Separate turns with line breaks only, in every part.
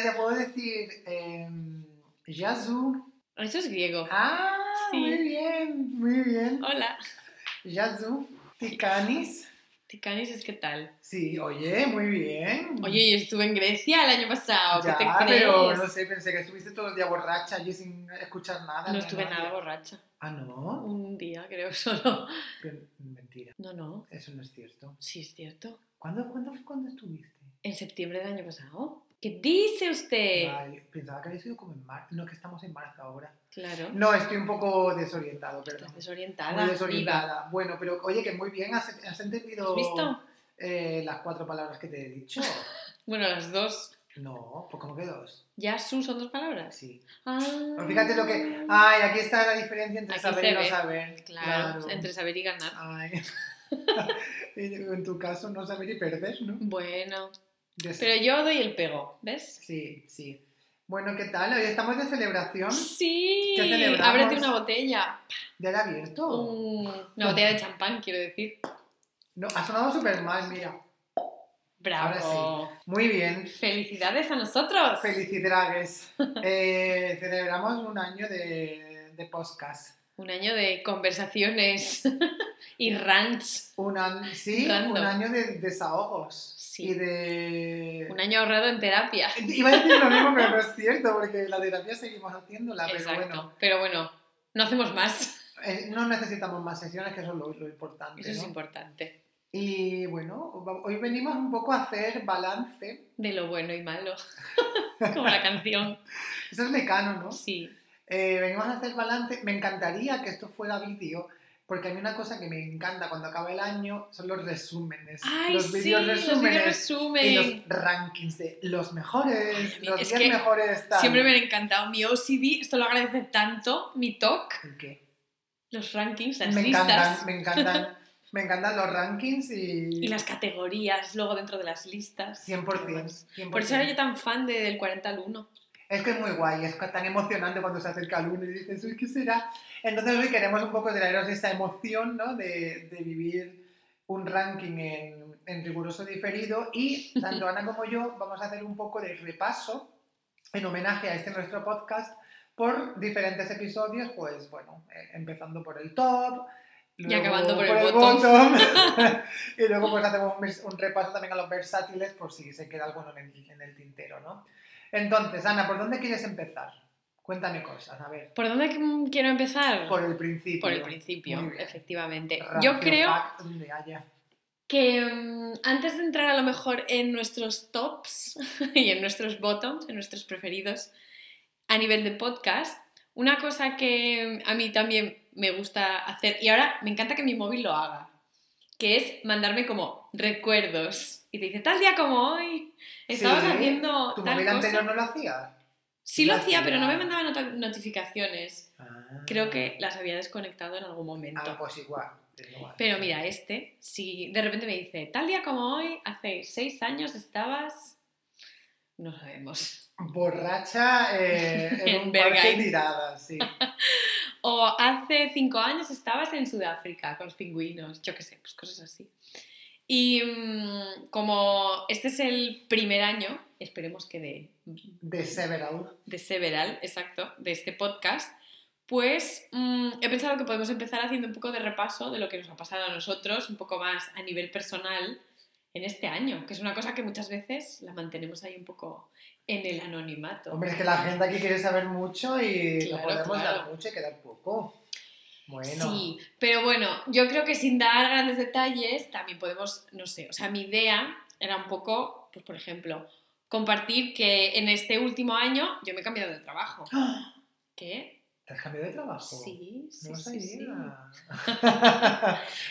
Eh, vos decir eh, Yazoo.
Eso es griego.
Ah,
Sí.
muy bien, muy bien.
Hola.
Yazoo, Ticanis.
Ticanis es qué tal.
Sí, oye, muy bien.
Oye, yo estuve en Grecia el año pasado. ¿Qué
ya,
te crees?
pero no sé, pensé que estuviste todo el día borracha, yo sin escuchar nada.
No estuve nada borracha.
Ah, no,
Un día, creo solo.
Pero- mentira,
No, no.
eso no es cierto.
Sí, es cierto.
¿Cuándo, cuándo, fue cuando estuviste?
En septiembre del año pasado. ¿Qué dice usted?
Ay, pensaba que había sido como en marzo, no, que estamos en marzo ahora.
Claro.
No, estoy un poco desorientado, perdón.
Estás desorientada.
Muy desorientada. Bueno, pero oye, que muy bien, has, has
viva.
entendido
¿Has visto?
eh, las cuatro palabras que te he dicho.
Bueno, las dos.
No, pues como que dos.
Ya su son dos palabras.
Sí.
Ah.
Pero fíjate lo que. Ah, Ay, aquí está la diferencia entre
Aquí
saber
se
y no
ve.
saber.
Claro, entre saber y ganar.
Ay. en tu caso, no saber y perder, ¿no?
Bueno,
De-
pero yo doy el pego, ¿ves?
Sí, sí. Bueno, ¿qué tal? Hoy estamos de celebración.
Sí,
¿Qué celebramos? Oh.
ábrete una botella.
¿Ya la he abierto?
Un- Una botella de champán, quiero decir.
No, ha sonado súper mal, mira.
Bravo.
Muy bien.
Felicidades a nosotros.
Felicidades. Eh, celebramos un año de, de podcast.
Un año de conversaciones y rants.
Un an- sí,
Random.
un año de desahogos.
Sí.
Y de...
Un año ahorrado en terapia.
Iba a decir lo mismo, pero no es cierto, porque la terapia seguimos haciéndola, Ah, pero
Exacto.
bueno,
Pero bueno, no hacemos más.
eh, no necesitamos más sesiones, que eso es lo, lo importante.
Eso es
¿no?
importante.
Y bueno, va- hoy venimos un poco a hacer balance.
De lo bueno y malo. Como la canción.
Eso es mecano, ¿no?
Sí.
Eh, venimos a hacer balance. Me encantaría que esto fuera vídeo, porque a mí una cosa que me encanta cuando acaba el año son los resúmenes.
Ay,
los
sí,
vídeos
los
resúmenes.
vídeos resumen.
Y los rankings de los mejores,
Ay,
los
es
10
que
mejores. Tal.
Siempre me han encantado mi OCD, esto lo agradece tanto, mi TOC,
¿El qué?
los rankings, las
Me
listas
encantan, me encantan, me encantan los rankings y...
y las categorías luego dentro de las listas.
100%, 100%.
Por eso era yo tan fan de del 40 al 1.
Es que es muy guay, es tan emocionante cuando se acerca el uno y dices, uy, ¿qué será? Entonces hoy queremos un poco traeros esa emoción, ¿no? De, de vivir un ranking en, en riguroso diferido y tanto Ana como yo vamos a hacer un poco de repaso en homenaje a este nuestro podcast por diferentes episodios, pues bueno, eh, empezando por el top. luego
acabando por el bottom.
bottom. y luego pues hacemos un, vers- un repaso también a los versátiles por si se queda alguno en el, en el tintero, ¿no? Entonces, Ana, ¿por dónde quieres empezar? Cuéntame cosas, a ver.
¿Por dónde qu- quiero empezar?
Por el principio.
Por el principio,
Muy bien.
efectivamente.
Rancio
Yo creo
fact, donde haya.
que mm, antes de entrar a lo mejor en nuestros tops y en nuestros bottoms, en nuestros preferidos, a nivel de podcast, una cosa que mm, a mí también me gusta hacer, y ahora me encanta que mi móvil lo haga, que es mandarme como recuerdos. Y te dice, tal día como hoy, estabas
Sí,
haciendo
¿Tu
tal
móvil
cosa.
anterior no lo hacía?
Sí lo
lo
hacía,
hacía.
pero no me mandaba nota- notificaciones.
Ah.
Creo que las había desconectado en algún momento.
Ah, pues igual. es igual.
Pero mira, este, si de repente me dice, tal día como hoy, hace seis años estabas. No sabemos.
Borracha eh, en
En
un parque
Berghain.
tirada, sí.
O hace cinco años estabas en Sudáfrica con los pingüinos, yo qué sé, pues cosas así. Y mm, como este es el primer año, esperemos que de,
De Several.
de Several, exacto, de este podcast, pues mm, he pensado que podemos empezar haciendo un poco de repaso de lo que nos ha pasado a nosotros, un poco más a nivel personal en este año, que es una cosa que muchas veces la mantenemos ahí un poco en el anonimato.
Hombre, es que la gente aquí quiere saber mucho y
Claro,
no podemos
claro.
dar mucho y quedar poco. Bueno.
Sí, pero bueno, yo creo que sin dar grandes detalles también podemos, no sé, o sea, mi idea era un poco, pues por ejemplo, compartir que en este último año yo me he cambiado de trabajo.
¡Ah!
¿Qué?
¿Te has cambiado de trabajo?
Sí, sí,
No
sí,
sabía.
sí.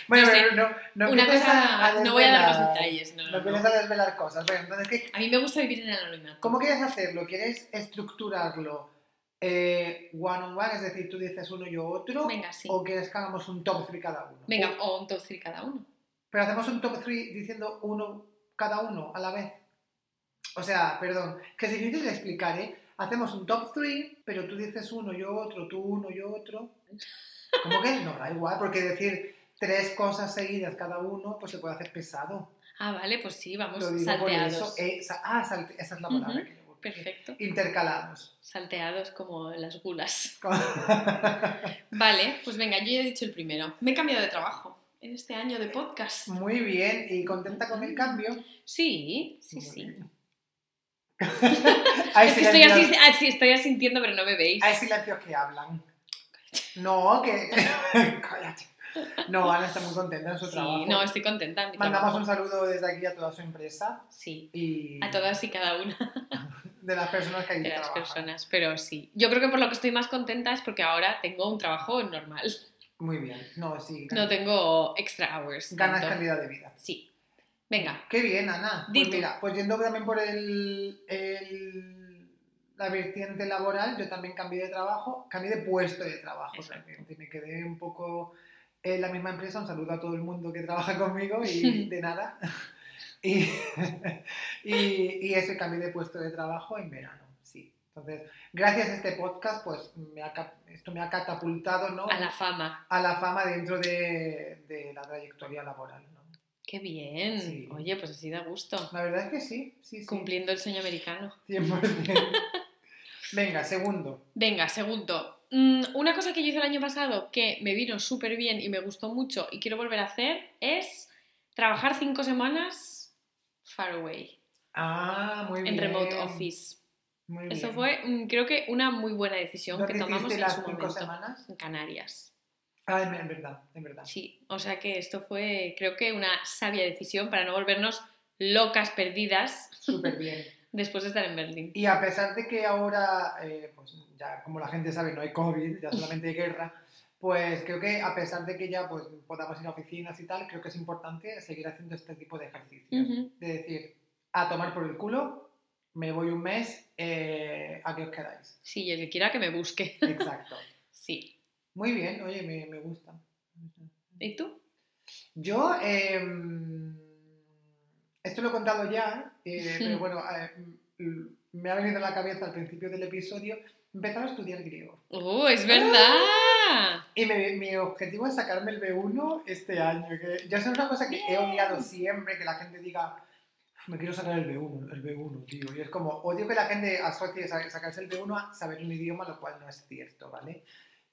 bueno,
No sé.
pero no, no
una
empieces
cosa,
a- a
no voy a dar
desvelar-
los detalles. No,
No
no, no.
empieces a desvelar cosas. Bueno, entonces, ¿qué,
A mí me gusta vivir en el anonimato.
¿Cómo quieres hacerlo? ¿Quieres estructurarlo eh, one on one? Es decir, tú dices uno, yo otro.
Venga, sí.
¿O quieres que hagamos un top 3 cada uno?
Venga, o un top three cada uno.
Pero hacemos un top 3 diciendo uno cada uno a la vez. O sea, perdón, que es difícil de explicar, ¿eh? Hacemos un top 3, pero tú dices uno, yo otro, tú uno, yo otro. ¿Cómo que no? Da igual, porque decir tres cosas seguidas cada uno, pues se puede hacer pesado.
Ah, vale, pues sí, vamos
Lo digo por
salteados.
eso. eh, sa- ah, salte- esa es la palabra
Ujú.
que yo
perfecto.
intercalados.
Salteados como las gulas.
Con-
Vale, pues venga, yo ya he dicho el primero. Me he cambiado de trabajo en este año de podcast.
Muy bien, y contenta con el cambio.
Sí, sí, sí.
Hay
Es que estoy,
silencios,
así, ah, sí, estoy asintiendo, pero no me veis.
hay silencios que hablan. No, que. Cállate. No, Ana está muy contenta en su
Sí,
trabajo.
no, estoy contenta. en mi
Mandamos
trabajo.
un saludo desde aquí a toda su empresa
Sí,
y
a todas y cada una
de las personas que allí
de las
trabajan.
personas, pero sí. Yo creo que por lo que estoy más contenta es porque ahora tengo un trabajo normal.
Muy bien. No, sí.
No
ganas-
tengo extra hours.
Ganas
tanto.
calidad de vida.
Sí. Venga,
Qué bien, Ana.
Di
Pues
tú.
mira, pues yendo también por el, el- la vertiente laboral, yo también cambié de trabajo, cambié de puesto de trabajo
Exacto.
realmente. Me quedé un poco en la misma empresa. Un saludo a todo el mundo que trabaja conmigo y de nada. Y, y, y eso, y cambié de puesto de trabajo en verano, sí. Entonces, gracias a este podcast, pues me ha cap- esto me ha catapultado ¿no?
a la fama.
a la fama dentro de, de la trayectoria laboral. ¿no?
Qué bien.
Sí.
Oye, pues así da gusto.
La verdad es que sí, sí, sí.
Cumpliendo el sueño americano.
100%. Venga, segundo.
Venga, segundo. Mm, Una cosa que yo hice el año pasado que me vino súper bien y me gustó mucho y quiero volver a hacer es trabajar cinco semanas far away,
Ah, muy bien.
en remote office.
Muy bien.
Eso fue, mm, creo que, una muy buena decisión
¿Dónde
que tomamos
hiciste
en
las
su
cinco
momento.
semanas?
En Canarias.
Ah, en, en verdad, en verdad.
Sí, o sea que esto fue, creo que, una sabia decisión para no volvernos locas perdidas
Súper bien.
después de estar en Berlín.
Y a pesar de que ahora, eh, pues ya como la gente sabe, no hay COVID, ya solamente hay guerra, pues creo que a pesar de que ya pues, podamos ir a oficinas y tal, creo que es importante seguir haciendo este tipo de ejercicios.
Ujú.
De decir, a tomar por el culo, me voy un mes, eh, a que os quedáis.
Sí, y el que quiera que me busque.
Exacto.
Sí.
Muy bien, oye, me, me gusta.
¿Y tú?
Yo, em, esto lo he contado ya, eh,
Sí.
pero bueno, eh, m- me ha venido a la cabeza al principio del episodio empezar a estudiar griego.
¡Oh, es verdad!
Y me- mi objetivo es sacarme el B1 este año, que ya es una cosa que he
Bien.
odiado siempre, que la gente diga, me quiero sacar el B1, el B1, tío. Y es como, odio que la gente asocie sa- sacarse el B1 a saber un idioma, lo cual no es cierto, ¿vale?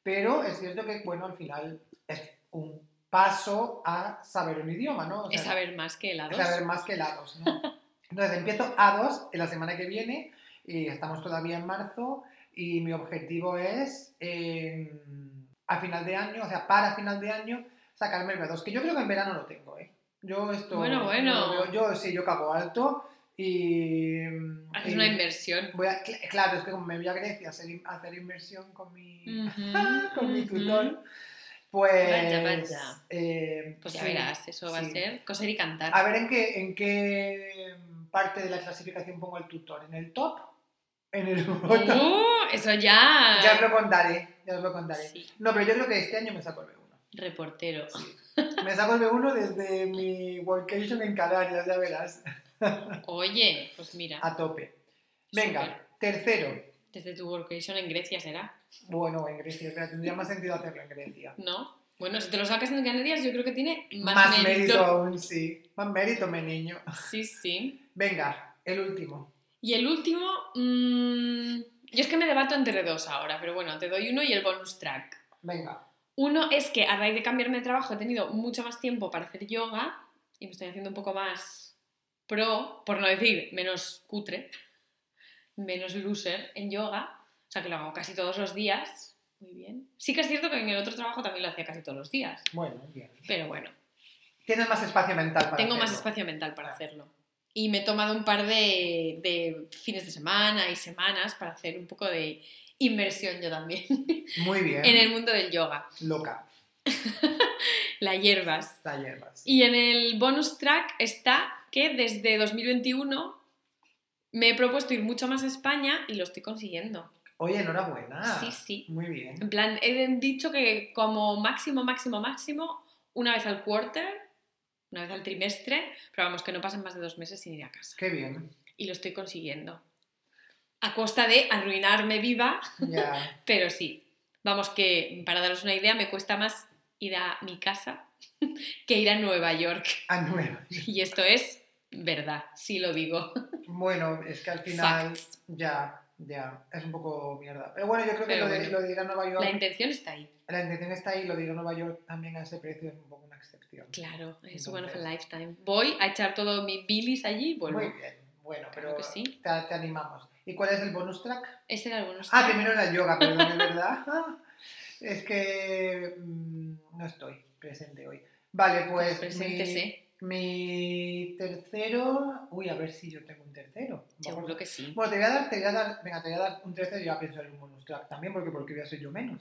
Pero es cierto que, bueno, al final es un paso a saber un idioma, ¿no? O sea,
Es saber más que helados.
saber más que helados, ¿no? Entonces empiezo A2 en la semana que viene y estamos todavía en marzo y mi objetivo es eh, a final de año, o sea, para final de año sacarme el B2, que yo creo que en verano lo tengo, ¿eh? Yo esto...
Bueno, bueno.
lo veo- yo sí, yo cago alto y...
Haces
y
una inversión.
voy a- cl- claro, es que como me voy a Grecia a hacer, in- a hacer inversión con mi...
Ujú,
con mi
ujú.
tutor, pues...
Mm. Mm-hmm. Vaya, vaya.
eh,
Pues ya
sí.
verás, eso va a
sí.
ser coser y cantar.
A ver en qué, en qué parte de la clasificación pongo el tutor. ¿En el top? ¿En el bottom?
¡Uh! eso ya.
Ya os lo contaré, ya os lo contaré.
Sí,
No, pero yo creo que este año me saco el B1.
reportero.
Me saco el B1 desde mi workation en Canarias, ya verás.
Oye, pues mira,
A tope. Ah, Venga, tercero.
desde tu workation en Grecia será,
Bueno, en Grecia, pero tendría más sentido hacerlo en Grecia.
¿no? Bueno, si te lo sacas en Canarias, yo creo que tiene más,
Más, mérito aún, sí. Más mérito, mi niño.
Sí, sí.
Venga, el último.
Y el último, mm, yo es que me debato entre dos ahora, pero bueno, te doy uno y el bonus track.
Venga.
Uno es que a raíz de cambiarme de trabajo he tenido mucho más tiempo para hacer yoga y me estoy haciendo un poco más pro, por no decir menos cutre, menos loser en yoga. O sea que lo hago casi todos los días. Muy bien. Sí que es cierto que en el otro trabajo también lo hacía casi todos los días.
Bueno, bien.
Pero bueno,
Tienes más espacio mental para
tengo más
hacerlo.
espacio mental para
Ah.
hacerlo. Y me he tomado un par de, de fines de semana y semanas para hacer un poco de inversión yo también
Muy bien.
en el mundo del yoga,
Loca,
las hierbas.
la hierbas.
Y en el bonus track está que desde 2021 me he propuesto ir mucho más a España y lo estoy consiguiendo.
Oye, enhorabuena.
Sí, sí.
Muy bien.
En plan, he dicho que como máximo, máximo, máximo, una vez al quarter, una vez al trimestre, pero vamos, que no pasen más de dos meses sin ir a casa.
Qué bien.
Y lo estoy consiguiendo. A costa de arruinarme viva,
Ya.
pero sí. Vamos, que para daros una idea, me cuesta más ir a mi casa que ir a Nueva York.
Ah, A nuevo.
Y esto es verdad, sí lo digo.
Bueno, es que al final
Facts.
ya, ya, es un poco mierda. Pero bueno, yo creo que
Pero
lo, de,
bueno.
lo de ir a Nueva York,
La
la,
intención está ahí.
intención está ahí, lo de ir a Nueva York también a ese precio es un poco una excepción.
Claro, es
Entonces-
one of a lifetime. Voy a echar todo mi bilis allí y vuelvo.
Muy bien, bueno,
Claro
pero
que sí.
te, te animamos. ¿Y cuál es el bonus track?
Ese era el bonus
Ah,
track.
primero la yoga, perdón, es verdad. Ah, Es que mm, no estoy presente hoy. Vale, pues mi,
preséntese.
mi tercero... Uy, a ver si yo tengo un tercero. Vamos
Seguro que sí.
Bueno, te voy a dar, te voy a dar, venga, te voy a dar un tercero y voy a pensar en un bonus track también, porque porque voy a ser yo menos.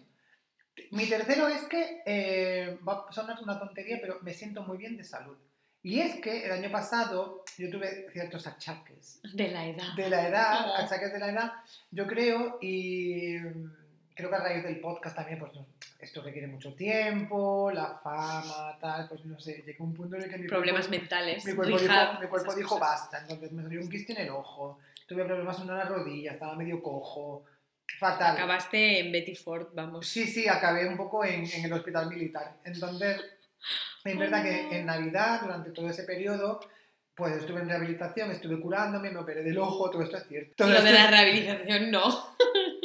Mi tercero es que, eh, va a sonar una tontería, pero me siento muy bien de salud. Y es que el año pasado yo tuve ciertos achaques
De la edad.
de la edad,
Ajá.
achaques de la edad, yo creo, y mm, creo que a raíz del podcast también, pues no, esto requiere mucho tiempo, la fama, tal, pues no sé, llegué a un punto en el que mi
Problemas
cuerpo-
mentales.
mi cuerpo, dijo,
rehab,
mi cuerpo
esas
dijo
cosas.
basta, entonces me salió un quiste en el ojo, tuve problemas en una rodilla, estaba medio cojo, fatal.
Acabaste en Betty Ford, vamos.
Sí, sí, acabé un poco en, en el hospital militar. Entonces, es
Oh,
verdad
no.
que en Navidad, durante todo ese periodo, pues estuve en rehabilitación, estuve curándome, me operé del ojo, todo esto es cierto. Todo
Lo
esto
de la
es-
rehabilitación, no.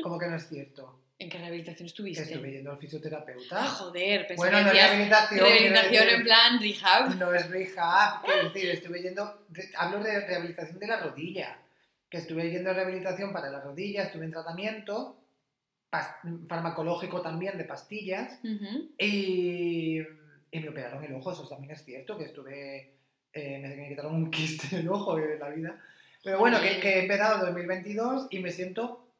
Como que no es cierto.
¿En qué rehabilitación estuviste?
Estuve yendo al fisioterapeuta.
Ah, joder, pensé
bueno,
que
no es
decías
rehabilitación.
rehabilitación
quiero
en plan rehab.
No es rehab, quiero decir, estuve yendo, de- hablo de rehabilitación de la rodilla, que estuve yendo a rehabilitación para la rodilla, estuve en tratamiento pas- farmacológico también de pastillas
Ujú.
y, Eh, y me operaron el ojo, eso también es cierto, que estuve, eh, me, me quitaron un quiste en el ojo de la vida. Pero bueno, que, que he empezado 2022 y me siento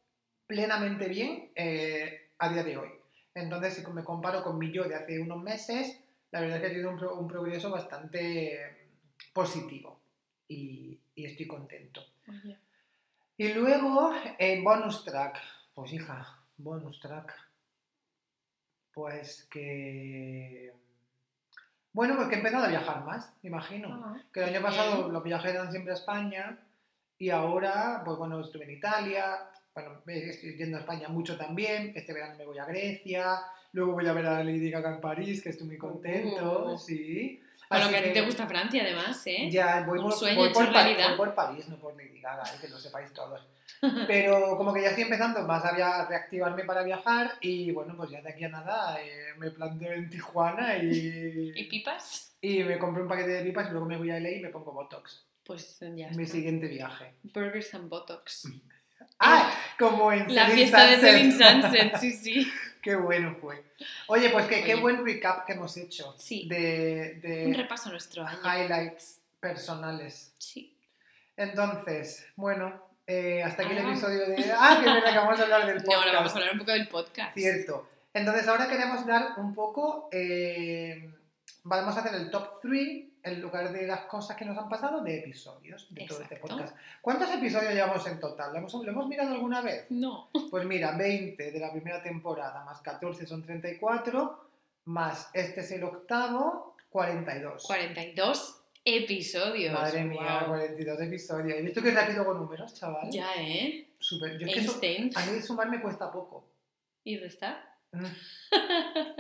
plenamente bien eh, a día de hoy. Entonces, si me comparo con mi yo de hace unos meses, la verdad es que he tenido un, pro- un progreso bastante positivo y, y estoy contento.
Oye,
Y luego, en bonus track. Pues hija, bonus track. Pues que... Bueno, porque he empezado a viajar más, imagino.
ah,
Que el año pasado los viajes eran siempre a España y ahora, pues bueno, estuve en Italia, bueno, eh, estoy yendo a España mucho también, este verano me voy a Grecia, luego voy a ver a Lady Gaga en París, que estoy muy contento,
Uh.
sí.
Con lo
Así
que a ti te gusta Francia, además, ¿eh?
Ya, voy,
Un
por,
sueño
voy
hecho
por Pa-
realidad.
voy por París, no por Lady Gaga, eh, que lo sepáis todos. Pero como que ya estoy empezando más a via- reactivarme para viajar y bueno, pues ya de aquí a nada eh, me planteo en Tijuana y...
¿Y pipas?
Y me compré un paquete de pipas y luego me voy a LA y me pongo Botox.
Pues ya
Mi
está.
siguiente viaje.
Burgers and Botox.
¡Ah! Como en
La
Selling
fiesta de
Sunset.
Selling Sunset, sí, sí.
¡Qué bueno fue! Oye, pues que, qué
Oye.
buen recap que hemos hecho.
Sí.
De,
Un
de
repaso a nuestro año.
highlights personales.
Sí.
Entonces, bueno, eh, hasta aquí el
Ah.
episodio de... ¡Ah, que verdad que vamos a hablar del
No,
podcast!
ahora vamos a hablar un poco del podcast.
Cierto. Entonces ahora queremos dar un poco... eh, vamos a hacer el top 3 en lugar de las cosas que nos han pasado de episodios de todo este
Exacto.
podcast. ¿Cuántos episodios llevamos en total? ¿Lo hemos, lo hemos mirado alguna vez?
No.
Pues mira, 20 de la primera temporada más 14 son 34, más este es el octavo, 42.
42 episodios.
Madre mía,
Guau.
42 episodios. ¿Has visto que rápido con números, chaval?
Ya, ¿eh?
Súper. Yo es que eso-
Einstein.
a mí sumar me cuesta poco.
¿Y restar?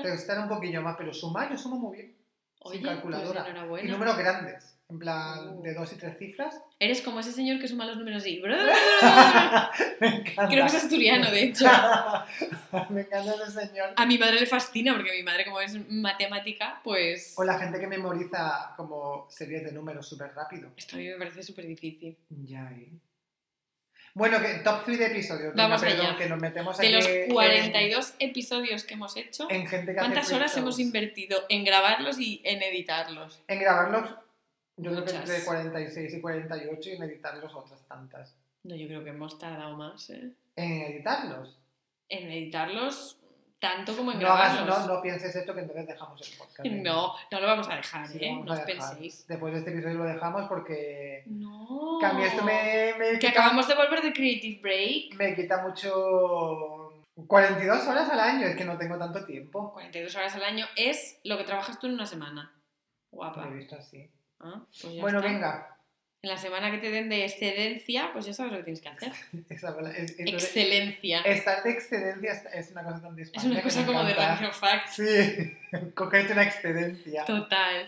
Te gustará un poquillo más, pero sumar yo sumo muy bien.
Oye,
calculadora.
pues enhorabuena.
Y números grandes, en plan
Uh.
de dos y tres cifras.
Eres como ese señor que suma los números y...
me encanta.
Creo que es asturiano, de hecho.
me encanta ese señor.
A mi madre le fascina porque mi madre como es matemática, pues...
O la gente que memoriza como series de números súper rápido.
Esto a mí me parece súper difícil.
Ya, eh. Bueno, que top 3 de episodios. venga,
Vamos
perdón,
allá.
que nos metemos
De
aquí
los
en-
42 episodios que hemos hecho,
En, gente que hace
¿cuántas horas
freestyle.
hemos invertido en grabarlos y en editarlos?
En grabarlos, yo creo que
Muchas.
entre 46 y 48 y en editarlos otras tantas.
No, yo creo que hemos tardado más, ¿eh?
En editarlos.
En editarlos tanto como en
No, hagas,
Pues grabarlos.
no, no pienses esto que entonces dejamos el podcast. venga.
No, no lo vamos a dejar,
Sí,
¿eh? No
lo vamos
os
a dejar.
penséis.
Después de este episodio lo dejamos porque...
No.
Que a mí esto me, me,
Que
quita,
acabamos de volver de Creative Break.
me quita mucho... 42 horas al año, es que no tengo tanto tiempo.
42 horas al año es lo que trabajas tú en una semana.
Lo he
Guapa.
visto así.
Ah, pues ya
bueno,
está.
venga.
En la semana que te den de excedencia, pues ya sabes lo que tienes que hacer.
Esa palabra- es- entonces, eh,
Excelencia.
estar de excedencia es- es una cosa tan
Es
disparada.
una cosa como de Radio Fax.
Sí, cogerte una excedencia.
Total.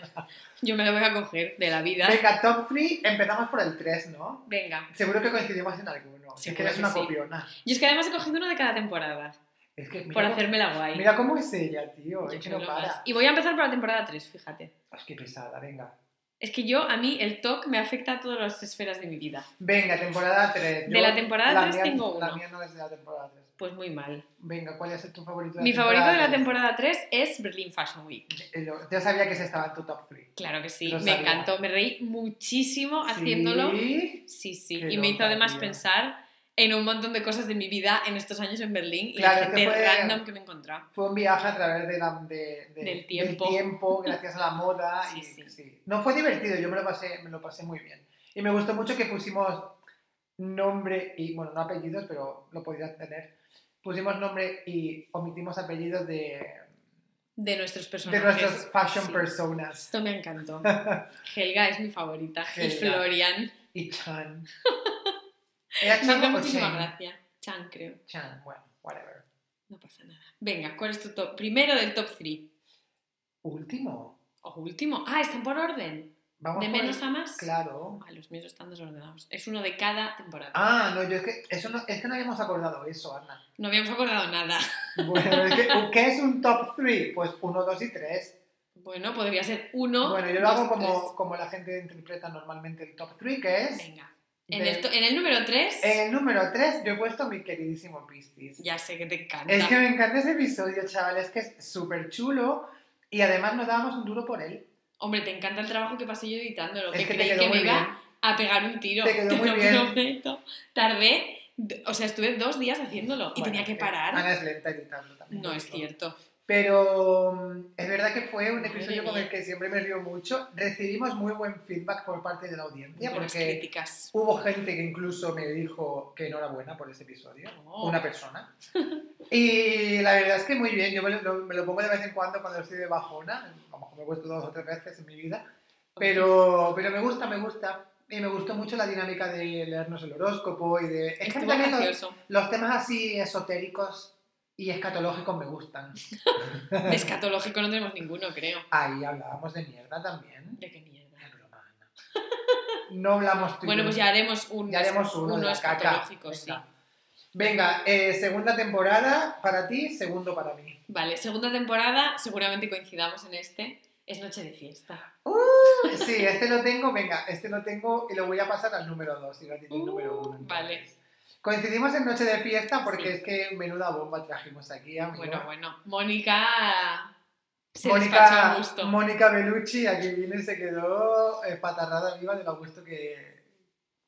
Yo me lo voy a coger de la vida.
Venga, top 3, empezamos por el 3, ¿no?
Venga.
Seguro que coincidimos en alguno. Si es
Seguro
que eres
que
una
sí.
copiona.
Yo es que además he cogido uno de cada temporada.
Es que mira,
Por
cómo-
hacerme la guay.
mira cómo es ella, tío.
Yo
Es que
soy
no
lo más.
para.
Y voy a empezar por la temporada 3, fíjate.
Es que pesada, venga.
Es que yo, a mí, el TOC me afecta a todas las esferas de mi vida.
Venga, temporada 3.
De la temporada tres tengo
La
uno.
mía no es de la temporada 3.
Pues muy mal.
Venga, ¿cuál es tu favorito?
Mi favorito de la
tres?
temporada 3 es Berlin Fashion Week.
Eh, lo- Yo sabía que se estaba en tu top 3.
Claro que sí,
Lo
me
sabía.
encantó, me reí muchísimo haciéndolo.
Sí.
Sí, sí,
Qué
y me hizo
loca,
además
tía.
pensar en un montón de cosas de mi vida en estos años en Berlín y
Claro,
la gente
que fue-
random que me encontraba.
Fue un viaje a través de la- de- de-
Del tiempo.
tiempo, gracias a la moda.
Sí,
y,
sí.
sí. No fue divertido, yo me lo, pasé, me lo pasé muy bien. Y me gustó mucho que pusimos nombre y, bueno, no apellidos, pero lo podías tener. Pusimos nombre y omitimos apellidos de,
De nuestros
de
personajes.
nuestras fashion
Sí.
personas.
Esto me encantó. Helga es mi favorita. Y
Helga.
Florian.
Y Chan. ¿Era
Me hace
Chan o
muchísima
Chen?
gracia. Chan, creo.
Chan, bueno, whatever.
No pasa nada. Venga, ¿cuál es tu top? Primero del top 3.
Último.
O último. Ah, están por orden.
Vamos
De
por el-
menos a más.
Claro.
Ah, los míos están desordenados. Es uno de cada temporada.
Ah, no, yo es que, eso no, es que no habíamos acordado eso, Ana.
No habíamos acordado nada.
Bueno, es que, ¿qué es un top 3? Pues 1, 2 y 3.
Bueno, podría ser uno.
bueno, yo lo
dos,
hago como,
tres.
como la gente interpreta normalmente el top 3, que es...
Venga. En,
de-
el, to- en el número 3.
en el número 3 yo he puesto mi queridísimo Piscis.
Ya sé que te encanta.
Es que me encanta ese episodio, chaval, es que es súper chulo y además nos dábamos un duro por él.
Hombre, te encanta el trabajo que pasé yo editándolo.
es
te
que
creí
te quedó
que me
muy bien.
iba a pegar un tiro.
Te quedó muy
lo
bien.
prometo. Tardé, d- o sea, estuve dos días haciéndolo y
Bueno,
tenía que
eh,
parar.
Ana es lenta editando también.
no es
eso.
cierto.
Pero mm, es verdad que fue un
Madre
episodio con
mía.
el que siempre me río mucho. Recibimos muy buen feedback por parte de la audiencia
Buenas
porque
críticas.
hubo gente que incluso me dijo que enhorabuena por ese episodio.
Oh.
Una persona. Y la verdad es que muy bien. Yo me lo, me lo pongo de vez en cuando cuando estoy de bajona. A lo mejor me he puesto dos o tres veces en mi vida. Pero, pero me gusta, me gusta. Y me gustó mucho la dinámica de leernos el horóscopo y de... Es que
Estuvo
también los-
gracioso.
los temas así esotéricos y escatológicos me gustan.
De escatológico no tenemos ninguno, creo.
Ahí hablábamos de mierda también.
De qué mierda.
Es broma, Ana. No hablamos tú y
Bueno,
yo.
pues ya haremos un
Ya haremos uno, de la caca.
escatológico, sí.
Venga. Venga, eh, segunda temporada para ti, segundo para mí.
Vale, segunda temporada, seguramente coincidamos en este. Es noche de fiesta.
Sí, este lo tengo, venga, este lo tengo y lo voy a pasar al número dos, iba a decir
Uh,
número uno. entonces.
vale.
Coincidimos en Noche de Fiesta porque
Sí.
es que menuda bomba trajimos aquí, amigo.
Bueno, bueno. Mónica se despachó a
Mónica,
gusto.
Mónica Bellucci, aquí vino y se quedó eh, patarrada viva de lo gusto que...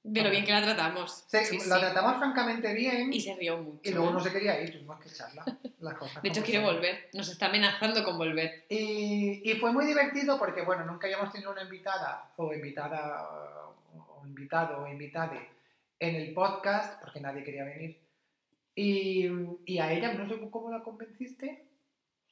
De lo bien que la tratamos.
Se-
Sí,
la
sí.
tratamos francamente bien
Y
y,
se rió mucho.
luego no
¿eh?
se quería ir, tuvimos que echarla. Las cosas
De hecho,
como
quiere
son.
volver. Nos está amenazando con volver.
Y, y fue muy divertido porque, bueno, nunca habíamos tenido una invitada o invitada o invitado o invitade en el podcast porque nadie quería venir. Y, y a ella, no sé cómo la convenciste.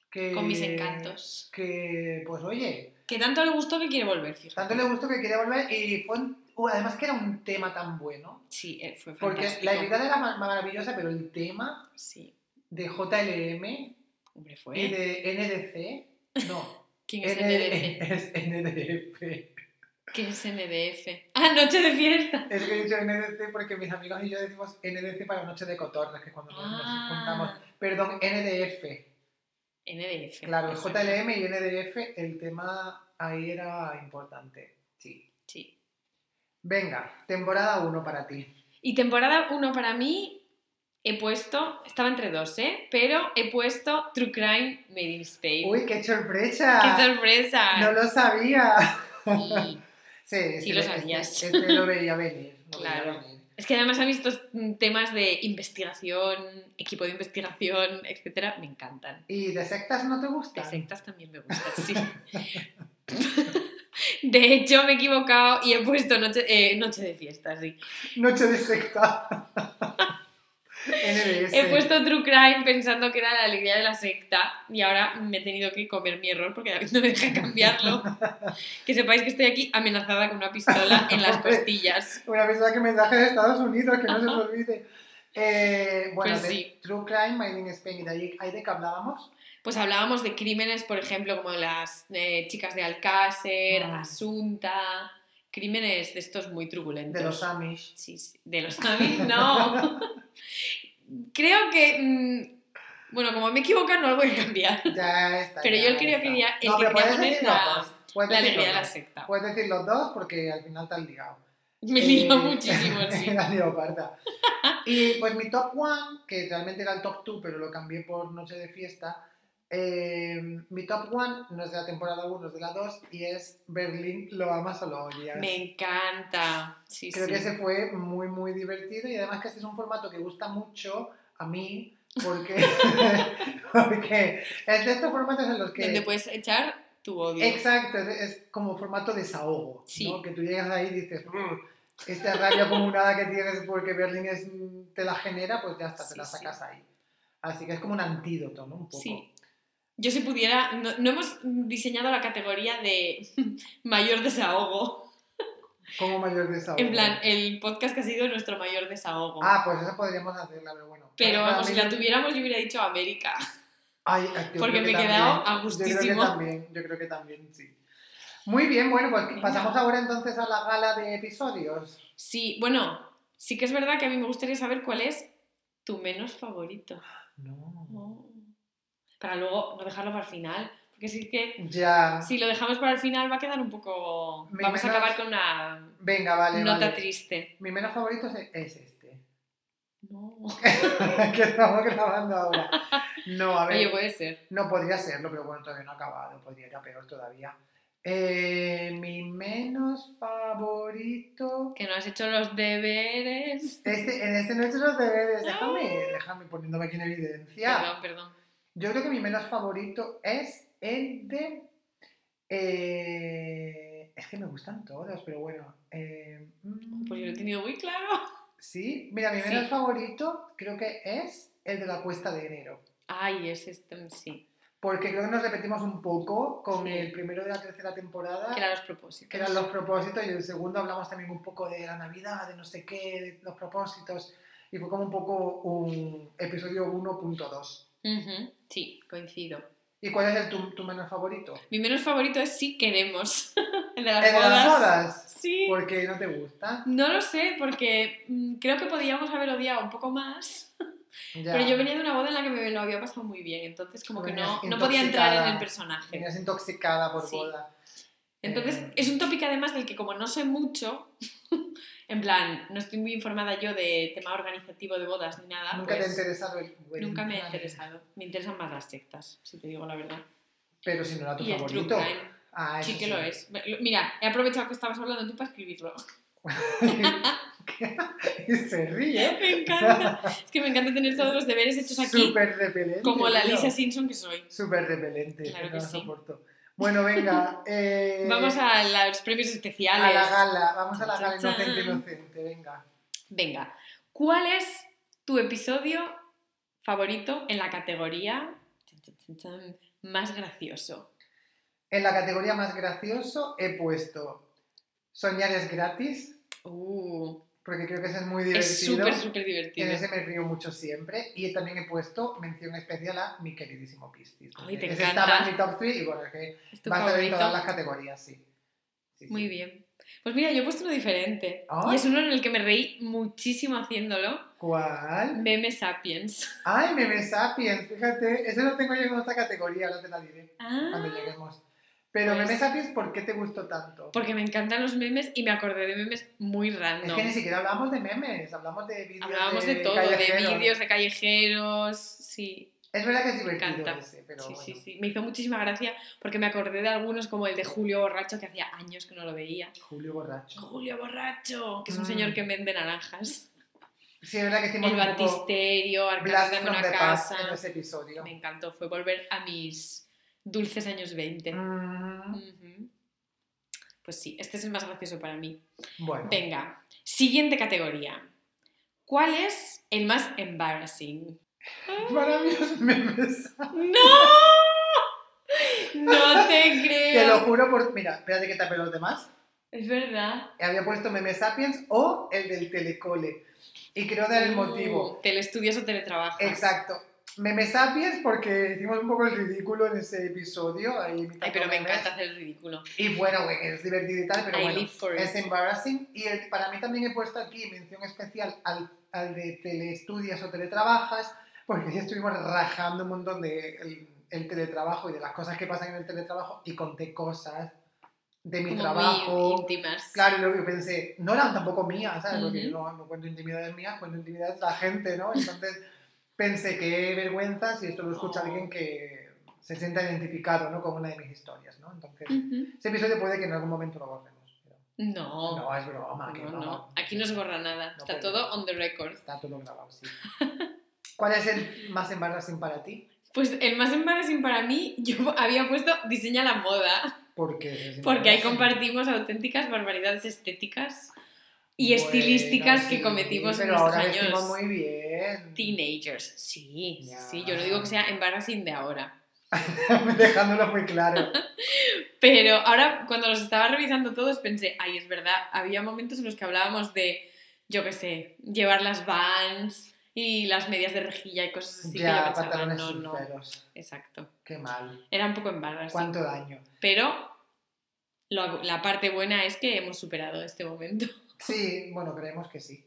Que,
Con mis encantos.
Que, pues oye,
Que tanto le gustó que quiere volver, fíjate.
tanto le gustó que quería volver y fue, un- uh, además que era un tema tan bueno.
Sí, eh, fue
Porque
fantástico.
la invitada era ma- maravillosa, pero el tema
Sí.
de JLM
Hombre, fue.
y de NDC. No,
¿Quién ¿Eh? es
N-
NDF?
es NDF.
¿Qué es NDF? ¡Ah, noche de fiesta!
Es que he dicho NDC porque mis amigos y yo decimos NDC para Noche de Cotorras, que es cuando nos- nos juntamos.
Ah,
Perdón, NDF.
NDF.
Claro,
Eso.
JLM y NDF, el tema ahí era importante. Sí.
Sí.
Venga, temporada 1 para ti.
Y temporada 1 para mí he puesto, estaba entre dos, ¿eh? Pero he puesto True Crime Made in Spain.
Uy, qué
¡Qué
sorpresa.
sorpresa!
No lo sabía.
Sí.
Sí, este-
lo
este-
sabías.
Este, lo veía venir. Lo
Claro.
veía venir.
Es que además a mí estos mm, temas de investigación, equipo de investigación, etcétera, me encantan.
¿Y de sectas no te
Las
gustan?
sectas también me gustan, sí. De hecho, me he equivocado y he puesto noche, eh, noche de fiesta, sí.
Noche de secta. NBS.
He puesto True Crime pensando que era la alegría de la secta y ahora me he tenido que comer mi error porque David no me deja cambiarlo. que sepáis que estoy aquí amenazada con una pistola en las costillas.
Una persona que mensaje de Estados Unidos, que no se os olvide. Eh, bueno,
Pues
de
sí.
True Crime, Mining Spain, y de ahí, ahí de que hablábamos.
Pues hablábamos de crímenes, por ejemplo, como las eh, chicas de Alcácer,
Ah.
Asunta, crímenes de estos muy turbulentos.
De los Amish.
Sí, sí, de los Amish, no. Creo que. mm, bueno, como me equivoco, no lo voy a cambiar.
Ya está.
Pero
ya
yo el que yo
está.
quería- el
No,
que quería
pero puedes
poner
decir
era
los dos. Puedes
La
decir
alegría de
los
la
dos.
secta.
Puedes decir los dos porque al final te han ligado.
Me lió
Eh,
muchísimo, sí.
la lío parda. Y pues mi top one, que realmente era el top two, pero lo cambié por noche de fiesta. eh, mi top one no es de la temporada 1, es de la 2 y es Berlín, lo amas o lo odias.
Me encanta. Sí,
Creo
sí.
que ese fue muy, muy divertido y además que este es un formato que gusta mucho a mí porque, porque es de estos formatos en los que...
Donde puedes echar tu odio.
Exacto, es, es como formato desahogo.
Sí.
¿no? Que tú llegas ahí y dices, "Brr, esta rabia acumulada que tienes porque Berlín es- te la genera, pues ya está,
Sí,
te la
sí.
sacas ahí. Así que es como un antídoto, ¿no? Un poco.
Sí. Yo si pudiera, no, no hemos diseñado la categoría de mayor desahogo.
Como mayor desahogo.
En plan, el podcast que ha sido nuestro mayor desahogo.
Ah, pues eso podríamos hacerla, pero bueno.
Pero
Para
vamos,
mí-
si la tuviéramos yo hubiera dicho América.
Ay, yo creo
porque
que
me he
también.
quedado a
Yo creo que
gustísimo.
también, yo creo que también, sí. Muy bien, bueno, pues
Venga.
pasamos ahora entonces a la gala de episodios.
Sí, bueno, sí que es verdad que a mí me gustaría saber cuál es tu menos favorito.
No.
Oh. Para luego no dejarlo para el final. Porque sí que
Ya.
Si lo dejamos para el final va a quedar un poco...
Ah. Mi
Vamos a
menos-
acabar con una
Venga, vale.
nota
vale.
triste.
Mi menos favorito es- es este.
No.
que estamos grabando ahora. No, a ver,
Oye, pues- puede ser.
no podría serlo, pero bueno, todavía no ha acabado, podría ir a peor todavía. Eh, mi menos favorito.
Que no has hecho los deberes.
Este, en este no he hecho los deberes, déjame,
Ah.
déjame poniéndome aquí en evidencia.
Perdón, perdón.
Yo creo que mi menos favorito es el de. eh, es que me gustan todos, pero bueno. eh, mm,
Pues yo lo he tenido muy claro.
sí, mira, mi
Sí.
menos favorito creo que es el de la cuesta de enero.
Ay, es este, sí.
Porque creo que nos repetimos un poco con
Sí.
el primero de la tercera temporada,
Que eran los propósitos.
que eran los propósitos, y el segundo hablamos también un poco de la Navidad, de no sé qué, de los propósitos, y fue como un poco un episodio 1.2.
Ujú, Sí, coincido.
¿Y cuál es el tu, tu menos favorito?
Mi menos favorito es Si Queremos. El de las
¿El de las
bodas.
bodas?
Sí.
¿Por qué no te gusta?
No lo sé, porque mm, creo que podíamos haber odiado un poco más.
Ya.
Pero yo venía de una boda en la que me lo había pasado muy bien, entonces como que no,
Venías
no podía entrar en el
intoxicada.
personaje.
Venías intoxicada por
Sí.
boda.
Entonces
Eh.
es un tópico además del que como no sé mucho, en plan, no estoy muy informada yo de tema organizativo de bodas ni nada,
Nunca te ha
pues,
interesado el wedding
nunca me ha
planning,
interesado. Me interesan más las sectas, si te digo la verdad.
Pero si no era tu
Y el true
favorito.
crime,
Ah, eso
sí que lo es. Mira, he aprovechado que estabas hablando tú para escribirlo.
y se ríe.
Me encanta. Es que me encanta tener todos los deberes hechos aquí,
Súper repelente.
como la
tío.
Lisa Simpson que soy.
Súper repelente,
Claro
no
que
lo
sí.
soporto. Bueno, venga. eh,
Vamos a la- los premios especiales.
a la gala, vamos a la gala
Chan, chan,
inocente,
chan.
inocente, venga.
Venga, ¿cuál es tu episodio favorito en la categoría chan, chan, chan, chan, más gracioso?
En la categoría más gracioso he puesto Soñar es gratis,
Uh,
porque creo que ese es muy
es
divertido.
súper, súper divertido.
en ese me río mucho siempre. Y también he puesto mención especial a mi queridísimo Piscis.
Ay, te
porque ese
encanta.
estaba en mi top 3 y bueno, es que
Es tu
va a estar en
favorito.
todas las categorías, sí. Sí, sí.
Muy bien. Pues mira, yo he puesto uno diferente.
Ay.
Y es uno en el que me reí muchísimo haciéndolo.
¿Cuál?
Meme Sapiens.
Ay, Meme Sapiens, fíjate. Ese lo tengo yo en otra categoría, ahora te la diré. cuando
Ah,
lleguemos. Pero
Pues-
Meme Sapiens, ¿por qué te gustó tanto?
porque me encantan los memes y me acordé de memes muy
Es
random.
que ni siquiera hablamos de memes, hablamos de vídeos.
Hablábamos de todo, de
callejeros.
vídeos, de callejeros, sí.
Es verdad que es divertido
encanta.
ese, pero
Sí,
bueno.
sí, sí. Me hizo muchísima gracia porque me acordé de algunos como el de Julio Borracho, que hacía años que no lo veía.
Julio Borracho.
Julio Borracho, que es un
Mm.
señor que vende naranjas.
Sí, es verdad que hicimos
el
un poco
Batisterio,
Blast
Arcángel en
from
una
the Past en
casa.
ese episodio.
Me encantó, fue volver a mis dulces años 20.
Mm,
Ujú. Pues sí, este es el más gracioso para mí.
bueno,
Venga, siguiente categoría. ¿Cuál es el más embarrassing?
Para mí los memes.
¡No! No te
Te lo
creo.
juro por. Mira, espérate que tapé los demás.
Es verdad.
Había puesto Meme Sapiens o el del telecole. Y quiero dar el motivo.
Mm, ¿Teleestudias o teletrabajas?
Exacto. Meme Sapiens porque hicimos un poco el ridículo en ese episodio. Ahí
Ay,
imitando
pero me
memes.
encanta hacer el ridículo.
Y bueno, güey, es divertido y tal, pero
I
bueno,
live for
es
it.
embarrassing. Y el- para mí también he puesto aquí mención especial al, al de teleestudias o teletrabajas, porque ya estuvimos rajando un montón de el, el teletrabajo y de las cosas que pasan en el teletrabajo y conté cosas de mi
Como
trabajo.
Muy íntimas.
Claro, y luego yo pensé, no eran tampoco mías, ¿sabes? Porque
Ujú.
yo no, no cuento intimidades mías, cuento intimidades de la gente, ¿no? Entonces pensé, qué vergüenza si esto lo escucha
Oh.
alguien que se sienta identificado, ¿no? Con una de mis historias, ¿no? Entonces...
Ujú.
Ese episodio puede que en algún momento lo borremos. pero-
No.
No, es broma, que
No,
no,
no, aquí no se borra nada,
No
está
puede.
todo on the record.
Está todo grabado, sí. ¿Cuál es el más embarrassing para ti?
Pues el más embarrassing para mí, yo había puesto diseña la moda,
Porque,
porque ahí compartimos auténticas barbaridades estéticas y estilísticas que cometimos en
pero
nuestros
ahora
años
vestimos muy bien.
teenagers. Sí, sí,
Ya.
sí, yo no digo que sea embarrassing de ahora,
Dejándolo muy claro.
pero ahora cuando los estaba revisando todos pensé, ay, es verdad, había momentos en los que hablábamos de, yo qué sé, llevar las vans y las medias de rejilla y cosas así. que yo
ya,
pensaba,
pantalones
no, no,
surferos.
exacto.
Qué mal.
Era un poco embarrassing.
¿Cuánto daño?
Pero lo- la parte buena es que hemos superado este momento.
Sí, bueno, creemos que sí.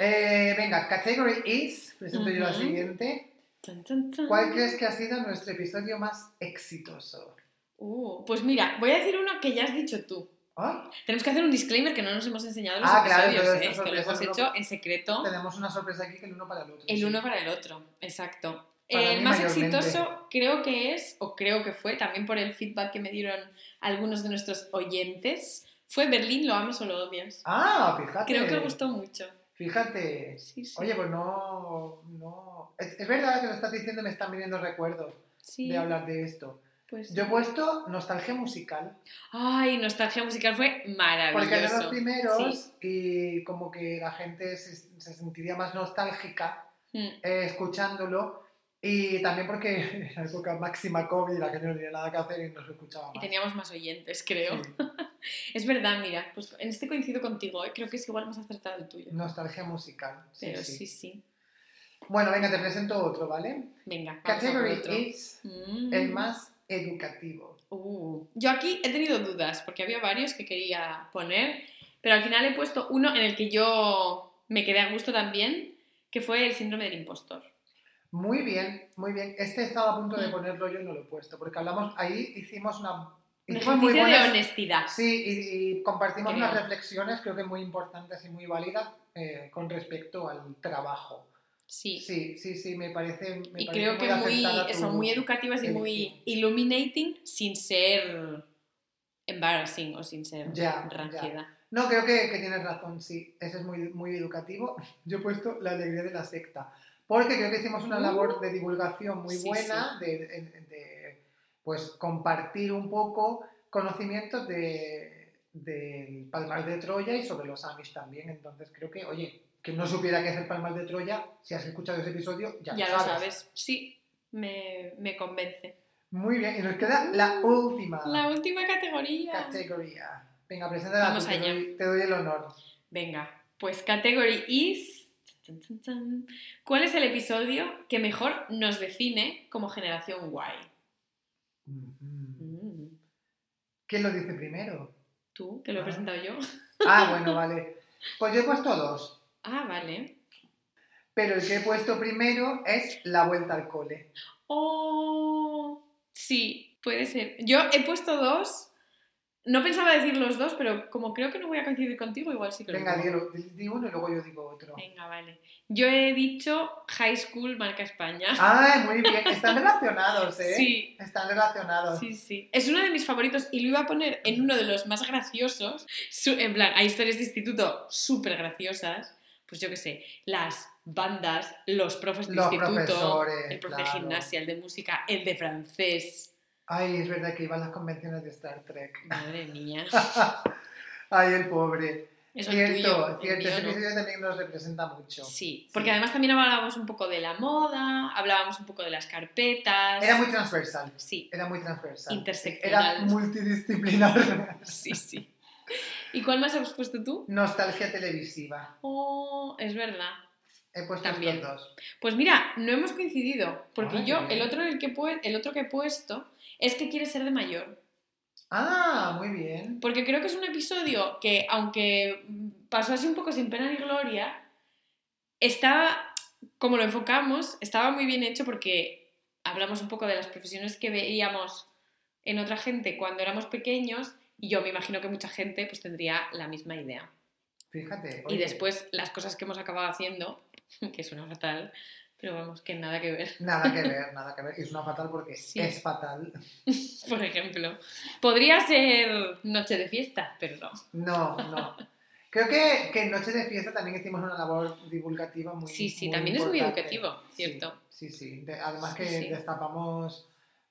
Eh, venga, category is, presento yo la
Ujú.
siguiente.
Tan, tan, tan.
¿Cuál crees que ha sido nuestro episodio más exitoso?
Uh, pues mira, voy a decir uno que ya has dicho tú.
¿Ah?
Tenemos que hacer un disclaimer que no nos hemos enseñado los
Ah, claro,
episodios,
todo
¿eh?
esto
que lo hemos
sorpresa,
hecho en secreto,
Tenemos una sorpresa aquí que el uno para el otro.
Oh. el
sí.
uno para el otro. Exacto.
Para
el
mí
más
mayormente.
exitoso creo que es, o creo que fue, también por el feedback que me dieron algunos de nuestros oyentes, fue Berlín, lo amas o lo odias.
Ah, fíjate.
Creo que gustó mucho.
Fíjate.
Sí, sí.
Oye, pues no. no. Es, es verdad que lo estás diciendo, me están viniendo recuerdos
Sí,
de hablar de esto.
pues-
Yo he puesto nostalgia musical,
Ay, nostalgia musical fue maravilloso.
porque eran los primeros y como que la gente se, se sentiría más nostálgica
Mm,
eh, escuchándolo. Y también porque en la época máxima COVID la gente no tenía nada que hacer y no se escuchaba más.
Y teníamos más oyentes, creo.
Sí.
Es verdad, mira, pues en este coincido contigo, ¿eh? creo que es igual más acertado el tuyo.
Nostalgia musical. sí,
Pero
sí.
sí, sí.
Bueno, venga, te presento otro, ¿vale?
Venga, vamos a por
Category
otro.
is
Mm.
el más educativo.
Uh, Yo aquí he tenido dudas, porque había varios que quería poner, pero al final he puesto uno en el que yo me quedé a gusto también, que fue el síndrome del impostor.
Muy bien, muy bien. Este estaba a punto de
Mm.
ponerlo yo y no lo he puesto, porque hablamos, ahí hicimos una...
Un
hicimos muy
ejercicio de
buenas-
honestidad.
Sí, y, y compartimos
Creo.
unas reflexiones, creo que muy importantes y muy válidas eh, con respecto al trabajo.
Sí.
Sí, sí, sí, me parece... me
Y
parece
creo que muy,
acertada tu-
eso, muy educativas y muy
elección.
illuminating sin ser embarrassing o sin ser
Ya,
ranciedad.
No, creo que, que tienes razón, sí. Ese es muy, muy educativo. Yo he puesto la alegría de la secta. Porque creo que hicimos una labor de divulgación muy
Sí,
buena, De, de- de, pues compartir un poco conocimientos de, del Palmar de Troya y sobre los Amish también. Entonces creo que, oye, que no supiera qué es el Palmar de Troya, si has escuchado ese episodio, ya,
Ya, lo sabes. Sí, me, me convence.
Muy bien, y nos queda la última
La última categoría.
categoría. Venga, preséntala
Vamos
tú, te
allá.
doy- te doy el honor.
Venga, pues category is... tan, tan, tan. ¿Cuál es el episodio que mejor nos define como generación Y?
Ujú.
Mm,
¿Quién lo dice primero?
¿Tú? ¿Que lo he
Ah.
presentado yo?
Ah, bueno, vale. Pues yo he puesto dos,
Ah, vale.
pero el que he puesto primero es la vuelta al cole.
Oh, sí, puede ser. Yo he puesto dos. No pensaba decir los dos, pero como creo que no voy a coincidir contigo, igual sí que lo
Venga, di,
digo.
di- di uno y luego yo digo otro.
Venga, vale. Yo he dicho High School Marca España.
Ah, muy bien. Están relacionados, ¿eh?
Sí,
Están relacionados.
sí, sí. Es uno de mis favoritos y lo iba a poner en uno de los más graciosos. Su- en plan, hay historias de instituto súper graciosas. Pues yo qué sé, las bandas, los profes de
Los
instituto,
profesores,
el profe de
claro.
gimnasia, el de música, el de francés.
Ay, es verdad que iban las convenciones de Star Trek.
Madre mía.
Ay, el pobre.
Eso es tuyo,
Cierto,
el
cierto.
mío
Ese
no.
episodio también nos representa mucho.
Sí, porque además también hablábamos un poco de la moda, hablábamos un poco de las carpetas.
Era muy transversal.
Sí,
Era muy transversal.
interseccional.
Era multidisciplinar.
Sí, sí. ¿Y cuál más has puesto tú?
Nostalgia televisiva.
Oh, es verdad.
He puesto
También.
estos dos.
Pues mira, no hemos coincidido, porque
Ay,
yo
qué
el
bien.
otro, el, que pue- el otro que he puesto es que quiere ser de mayor.
Ah, muy bien.
Porque creo que es un episodio que, aunque pasó así un poco sin pena ni gloria, estaba, como lo enfocamos, estaba muy bien hecho porque hablamos un poco de las profesiones que veíamos en otra gente cuando éramos pequeños y yo me imagino que mucha gente pues tendría la misma idea.
Fíjate.
Y
oye,
después las cosas que hemos acabado haciendo, que suena fatal, pero vamos, que nada que ver.
Nada que ver, nada que ver. Y es una fatal porque
Sí.
es fatal.
Por ejemplo, podría ser noche de fiesta, pero no.
No, no. Creo que, que en Noche de Fiesta también hicimos una labor divulgativa muy
Sí, sí,
muy
también es muy
importante.
educativo, cierto.
Sí, sí. De- además que
Sí, sí.
destapamos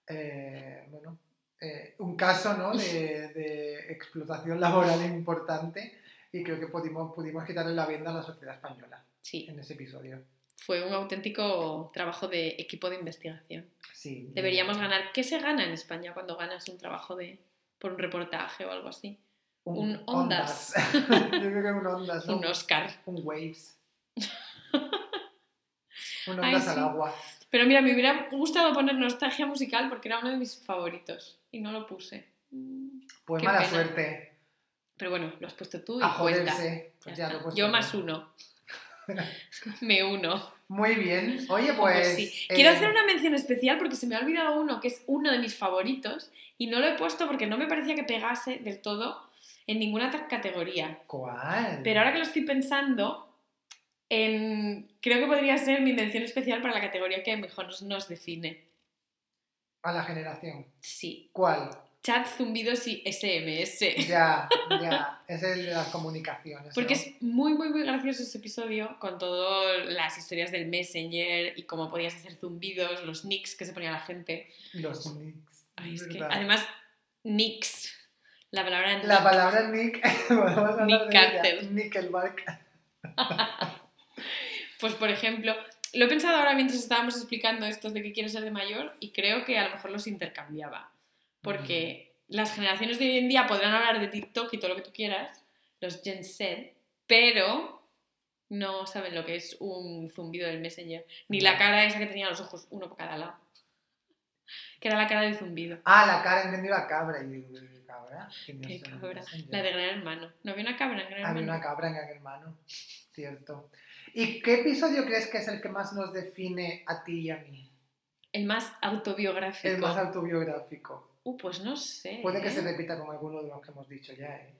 eh, bueno, eh, un caso ¿no? de, de explotación laboral importante y creo que pudimos, pudimos quitarle la venda a la sociedad española
Sí,
en ese episodio.
fue un auténtico trabajo de equipo de investigación.
Sí.
Deberíamos ganar. ¿Qué se gana en España cuando ganas un trabajo de por un reportaje o algo así? un Ondas.
Ondas. Yo creo que un Ondas, ¿no?
Un Oscar.
Un Waves. un
Ay,
Ondas
sí.
al agua.
Pero mira, me hubiera gustado poner nostalgia musical porque era uno de mis favoritos y no lo puse.
Pues
Qué
mala
pena.
suerte.
Pero bueno, lo has puesto tú y
a
cuenta.
joderse.
Ya
Pues Ah, ya
está.
lo he puesto
Yo
yo.
más uno. me uno.
Muy bien. Oye,
Pues
pues.
sí.
eh,
Quiero hacer una mención especial porque se me ha olvidado uno que es uno de mis favoritos y no lo he puesto porque no me parecía que pegase del todo en ninguna ta- categoría.
¿Cuál?
Pero ahora que lo estoy pensando, en- creo que podría ser mi mención especial para la categoría que mejor nos, nos define.
A la generación.
Sí.
¿Cuál?
Chat, zumbidos y SMS.
Ya, ya. Es el de las comunicaciones.
Porque
¿no?
es muy, muy, muy gracioso ese episodio con todas las historias del Messenger y cómo podías hacer zumbidos, los nicks que se ponía la gente.
Los nicks.
Ay, es que,
¿verdad?
además, Nix, la palabra Nix.
La palabra nick. vamos a hablar
Nick
de ella.
Carter.
Nickelback.
Pues, por ejemplo, lo he pensado ahora mientras estábamos explicando estos de que quiero ser de mayor y creo que a lo mejor los intercambiaba. Porque
Mm.
las generaciones de hoy en día podrán hablar de TikTok y todo lo que tú quieras, los Gen Z, pero no saben lo que es un zumbido del Messenger, ni la
No.
cara esa que tenía los ojos uno por cada lado. Que era la cara del zumbido,
Ah, la cara, entendí la cabra. Y digo, ¿qué cabra? Que no
Qué
sé,
cabra.
no sé,
la
yo.
de Gran Hermano. ¿No había una cabra en Gran
Había
Hermano?
una cabra en aquel hermano. Cierto. ¿Y qué episodio crees que es el que más nos define a ti y a mí?
El más autobiográfico.
El más autobiográfico.
Uh, pues no sé.
Puede que
¿eh?
se repita con alguno de los que hemos dicho ya, ¿eh?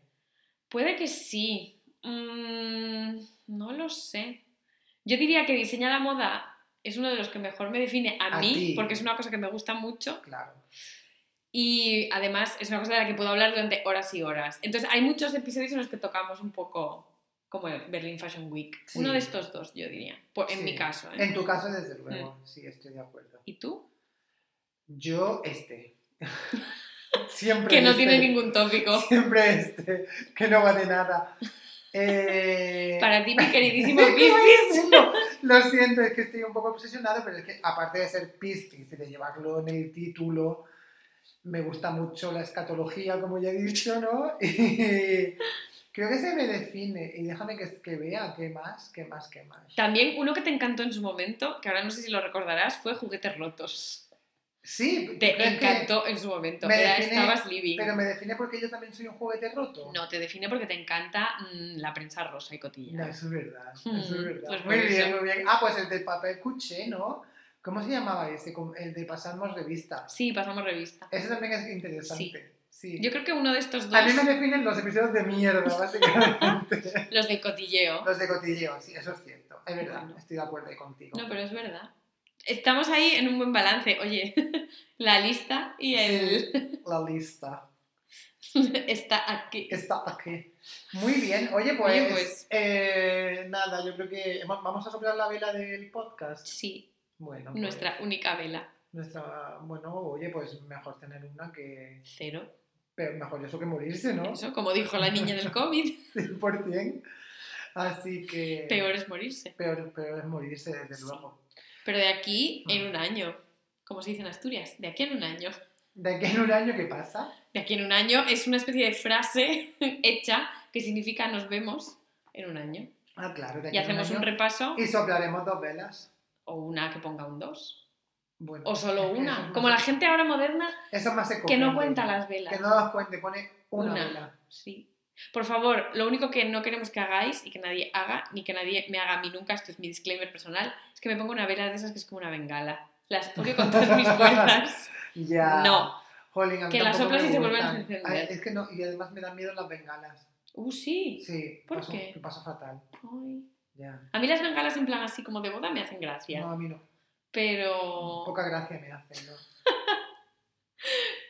Puede que sí. Mm, no lo sé. Yo diría que diseña la moda es uno de los que mejor me define a,
A
mí,
ti.
porque es una cosa que me gusta mucho
Claro.
y además es una cosa de la que puedo hablar durante horas y horas. Entonces hay muchos episodios en los que tocamos un poco como el Berlin Fashion Week.
Sí.
Uno de estos dos, yo diría. Por- en
Sí.
mi caso. ¿eh?
En tu caso, desde luego, sí, estoy de acuerdo.
¿Y tú?
Yo, este. Siempre
Que no
este.
tiene ningún tópico.
Siempre este, que no vale nada. Eh,
Para ti, mi queridísimo
¿qué iba a
Piscis.
decirlo? Lo siento, es que estoy un poco obsesionado, pero es que aparte de ser pistis y de llevarlo en el título, me gusta mucho la escatología, como ya he dicho, ¿no? Y creo que se me define. Y déjame que, que vea qué más, qué más, qué más.
También uno que te encantó en su momento, que ahora no sé si lo recordarás, fue Juguetes Rotos.
Sí,
Te
creo que-
encantó en su momento.
me
Era
define-
Estabas living.
pero me define porque yo también soy un juguete roto.
No, te define porque te encanta mm, la prensa rosa y
No,
cotilla.
eso es verdad.
Mm,
Eso es verdad.
pues
muy
por
bien,
eso.
muy bien. Ah, pues el del papel cuché, ¿no? ¿Cómo se llamaba ese? Como El de pasarnos revistas.
Sí, pasamos revista.
Ese también es interesante. Sí.
Yo creo que uno de estos dos,
A mí me definen los episodios de mierda, básicamente.
los de cotilleo.
los de cotilleo, sí, eso es cierto. Es verdad,
Bueno.
estoy de acuerdo ahí contigo.
No, pero es verdad. Estamos ahí en un buen balance. Oye, la lista y el
La lista
está aquí.
está aquí. Muy bien, oye, pues,
Oye, pues.
eh, nada, yo creo que hemos- vamos a soplar la vela del podcast.
Sí,
Bueno, pues,
nuestra única vela.
nuestra- bueno, oye, pues mejor tener una que,
Cero.
Pero mejor eso que morirse, ¿no?
Eso, como dijo la niña del COVID,
100%. Así que...
peor es morirse.
Peor, peor es morirse, desde
Sí.
luego.
Pero de aquí en un año, como se dice en Asturias, de aquí en un año.
¿De aquí en un año qué pasa?
De aquí en un año es una especie de frase hecha que significa nos vemos en un año.
Ah, claro, de aquí
Y
en
hacemos
un
un
año.
repaso
Y soplaremos dos velas.
o una que ponga un 2
Bueno,
o solo
es que eso es
una.
más-
Como la gente ahora moderna
Eso es más
que no
económico.
cuenta las velas.
Que no las cuente, pone una,
Una.
vela.
Sí. Por favor, lo único que no queremos que hagáis y que nadie haga, ni que nadie me haga a mí nunca, esto es mi disclaimer personal, es que me ponga una vela de esas que es como una bengala. Las odio con todas mis fuerzas.
Ya.
No.
Jolín, a mí
Que la
tampoco
soplas
me
y se vuelven a
gustan.
encender.
Ay, es que no, y además me dan miedo las bengalas.
Uh, sí.
Sí.
¿Por
paso-
qué?
lo paso fatal.
Ay.
Ya.
A mí las bengalas en plan así como de boda me hacen gracia.
No, a mí no.
Pero.
Poca gracia me hacen, ¿no?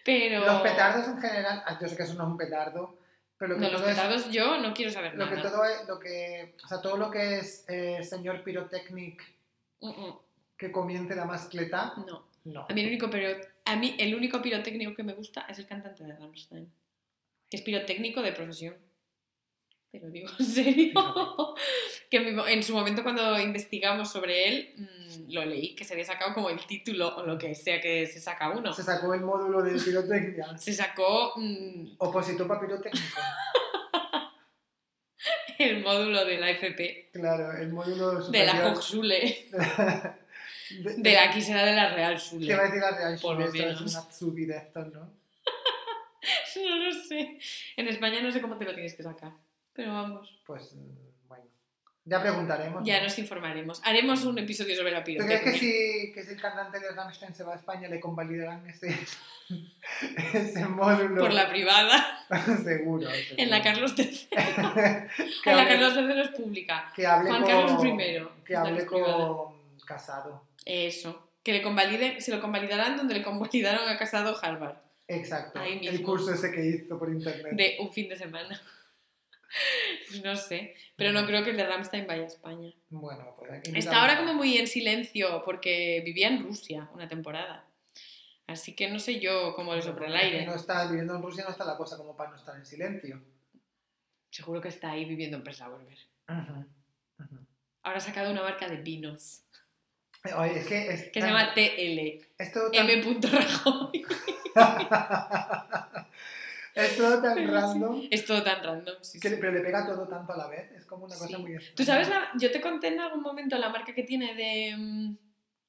Pero.
Los petardos en general, ah, yo sé que eso no es un petardo, pero lo que
No, los
todo es-
petardos yo no quiero saber
Lo que
nada.
todo es, lo que, o sea, todo lo que es eh, señor pirotecnic
Mm, mm,
que comience la mascleta,
no.
no.
A mí el único pero a mí el único pirotécnico que me gusta es el cantante de Rammstein. Que es pirotécnico de profesión. Te lo digo en serio. que en mi- en su momento cuando investigamos sobre él, mm, lo leí, que se había sacado como el título o lo que sea que se saca uno.
Se sacó el módulo de pirotecnia.
Se sacó mm,
Opositor para pirotécnico.
el módulo de la FP,
Claro, el módulo
de
superior.
la Hochschule,
de-
de la, aquí será de la Real Schule.
Te va a decir la real
Por
Schule,
lo
esto
menos.
es una tsubi de estos, ¿no?
No lo sé. En España no sé cómo te lo tienes que sacar. Pero vamos,
Pues, mm, bueno. Ya preguntaremos.
ya
¿no?
nos informaremos. Haremos un episodio sobre la
¿Tú crees
pirotecnia.
que si, que si el cantante de Rammstein se va a España le convalidarán ese, ese módulo?
Por la privada,
seguro.
en la
seguro.
Carlos III.
Que
En la
hable-
Carlos III es pública.
que hable
Juan
con,
Carlos I,
Que
la
hable
luz privada.
con Casado.
Eso. Que le convalide, se lo convalidarán donde le convalidaron a Casado Harvard.
Exacto.
Ahí mismo.
El curso ese que hizo por internet.
De un fin de semana. No sé. Pero no creo que el de Rammstein vaya a España.
Bueno, pues aquí
Está ahora como muy en silencio porque vivía en Rusia una temporada. Así que no sé yo cómo le sopra el aire.
No está viviendo en Rusia, no está la cosa como para no estar en silencio.
Seguro que está ahí viviendo en Pressburger. Ahora ha sacado una marca de vinos
Oye, es que. es
que se
tan-
llama TL.
Esto tan-
M. Rajoy.
es todo tan
Pero sí.
random.
Es todo tan random. sí,
que-
sí.
pero le pega todo tanto a la vez. Es como una cosa
Sí.
muy. extraña.
¿Tú sabes? la- Yo te conté en algún momento la marca que tiene de mm,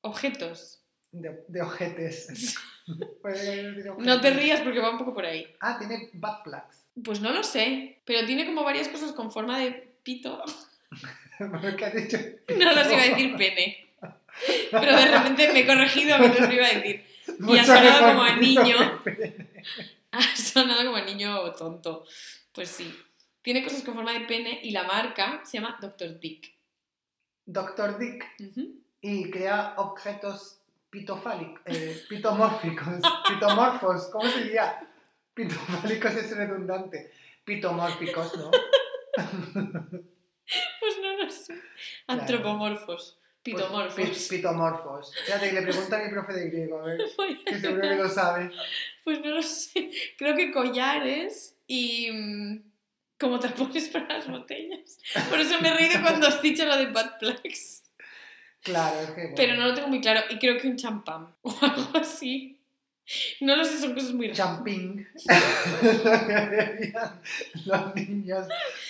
objetos.
De, de ojetes. Puede decir
No te
ojetes.
rías porque va un poco por ahí.
Ah, tiene butt plugs.
Pues no lo sé, pero tiene como varias cosas con forma de pito.
¿Qué has dicho?
No los iba a decir pene. Pero de repente me he corregido mientras lo iba a decir. Y ha sonado como a niño. Ha sonado como niño tonto. Pues sí. Tiene cosas con forma de pene y la marca se llama Dr. Dick.
Doctor Dick.
Ujú.
y crea objetos pitofálicos, pitomórficos, pitomorfos, ¿cómo se diría? Pitofálicos es redundante, pitomórficos, ¿no?
Pues no lo sé. Antropomorfos.
Pues,
Pitomorfos.
pit- pitomorfos. Fíjate, le pregunta a mi profe de griego, a ver, que seguro que lo sabe.
Pues no lo sé. Creo que collares y mm, como tapones para las botellas. Por eso me he reído cuando has dicho lo de Bad Plugs.
Claro, es que... bueno.
Pero no lo tengo muy claro. Y creo que un champán o algo así. No lo sé, son cosas muy raras.
Champín. Lo que bebían los niños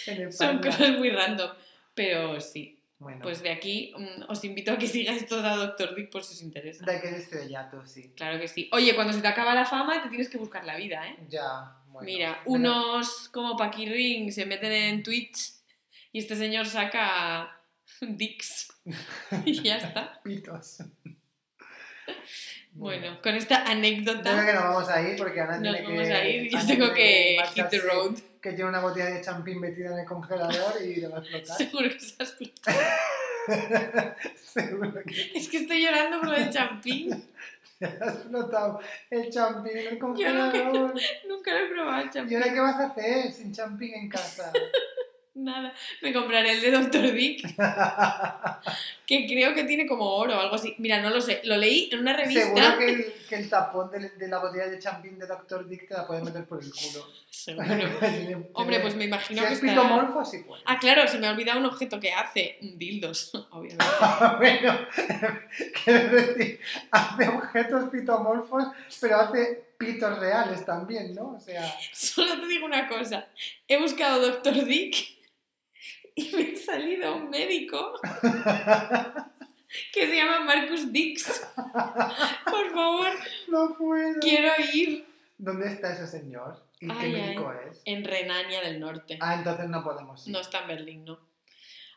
en
Son
España.
cosas muy random. Pero sí,
Bueno,
pues de aquí mm, os invito a que sigáis toda Doctor Dick por si os interesa.
de aquel estrellato, sí.
Claro que sí. Oye, cuando se te acaba la fama, te tienes que buscar la vida, ¿eh?
Ya, bueno.
Mira,
Me lo-
unos como Paquirrin se meten en Twitch y este señor saca dicks y ya está.
Pitos.
Bueno, con esta
Yo creo
anécdota
que nos vamos a ir porque Ana
nos
tiene
vamos
que.
a ir. Yo
Ana
tengo
tiene
que hit the
marcharse,
road.
Que tiene una botella de champín metida en el congelador y le va a explotar.
Seguro que se ha explotado.
Seguro que
Es que estoy llorando por lo del champín.
te ha explotado el champín en el
Yo no quiero-
congelador.
Nunca lo he probado el
¿Y
champín.
ahora qué vas a hacer sin champín en casa?
Nada. Me compraré el de Dr. Dick que creo que tiene como oro o algo así. Mira, no lo sé, lo leí en una revista.
Seguro que el, que el tapón de, de la botella de champín de Dr. Dick te la puede meter por el culo.
Seguro. Hombre, pues me imagino
si
que
es
estará-
pitomorfo, sí puede.
Ah, claro, se me ha olvidado un objeto que hace. Un dildos, obviamente.
bueno, quiero decir, hace objetos pitomorfos, pero hace pitos reales también, ¿no? O sea,
Solo te digo una cosa. He buscado Doctor Dick y me ha salido un médico que se llama Marcus Dix. Por favor,
no puedo.
quiero ir
¿Dónde está ese señor? ¿Y qué
Ay,
médico es?
en Renania del Norte.
Ah, entonces no podemos ir.
No está en Berlín, no.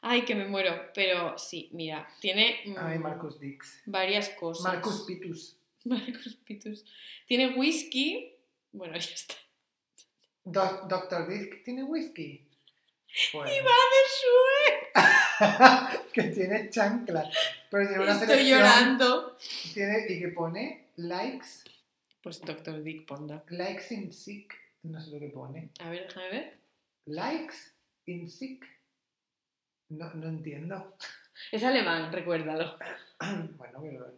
Ay, que me muero. Pero sí, mira, tiene mm,
Ay, Marcus Dix.
varias cosas.
Marcus Pitus.
Marcus Pitus. Tiene whisky. Bueno, ya está.
Doc- Doctor Dix tiene whisky. Bueno.
Sube,
que tiene chancla. Pero tiene una
Estoy
selección.
llorando.
Tiene, y que pone likes,
Pues Doctor Dick Ponda.
likes in sick. No sé lo que pone.
A ver, déjame ver.
Likes in sick. No, no entiendo.
Es alemán, recuérdalo.
Bueno, pero...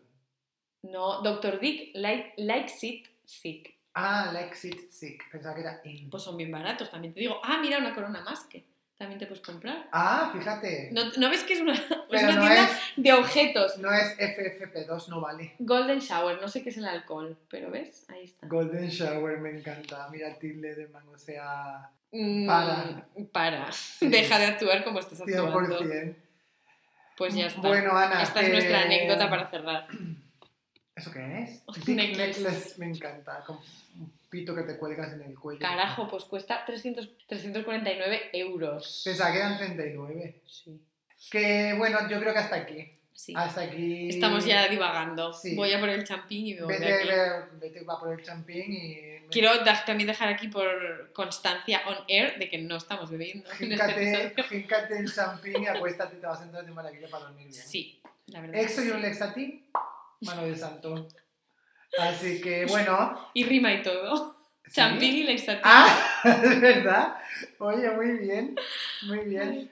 No, Doctor Dick, like, likes it, sick.
Ah, likes it sick. Pensaba que era in.
Pues son bien baratos, también te digo. Ah, mira, una corona más que también te puedes comprar.
Ah, fíjate.
¿No, no ves que es una, es
pero
una
no
tienda
es,
de objetos?
no es FFP2, no vale.
Golden Shower, no sé qué es el alcohol, pero ¿ves? Ahí está.
Golden Shower me encanta. Mira, tilde de man, o sea,
Mm,
Para.
Para. Deja de actuar como estás actuando.
100%.
Pues ya está.
Bueno, Ana.
Esta es nuestra
eh,
anécdota para cerrar.
¿Eso qué es?
Un
Dick
necklace.
necklace, me encanta. Con un pito que te cuelgas en el cuello.
Carajo, pues cuesta 300, 349 euros.
Pensaba que eran 39.
Sí.
Que bueno, yo creo que hasta aquí.
Sí.
Hasta aquí.
Estamos ya divagando.
Sí.
Voy a por el champín y me voy de
Vete,
aquí.
ve- vete, va por el champín y.
Quiero da- también dejar aquí por constancia on air de que no estamos bebiendo en este
Jíncate,
episodio.
jíncate el champín y acuéstate, te vas a entrar de maravilla para dormir bien.
Sí, la verdad.
Exo y
sí.
un lexatín, mano de santo. Así que bueno.
Y rima y todo.
sí.
Champín y lexatín.
Ah, es verdad. Oye, muy bien. Muy bien.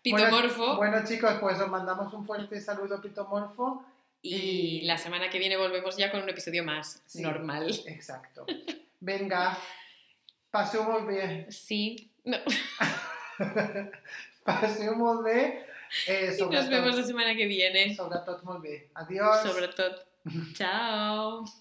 Pitomorfo.
Bueno, bueno, chicos, pues os mandamos un fuerte saludo pitomorfo.
y la semana que viene volvemos ya con un episodio más
Eh, Sí.
normal.
Exacto. Venga, pasemos bien.
Sí. No.
Pasemos bien. Eh,
Y
sobre
nos vemos
tot-
la semana que viene.
Sobre todo, molt bé. Adiós.
Sobre todo. Chao.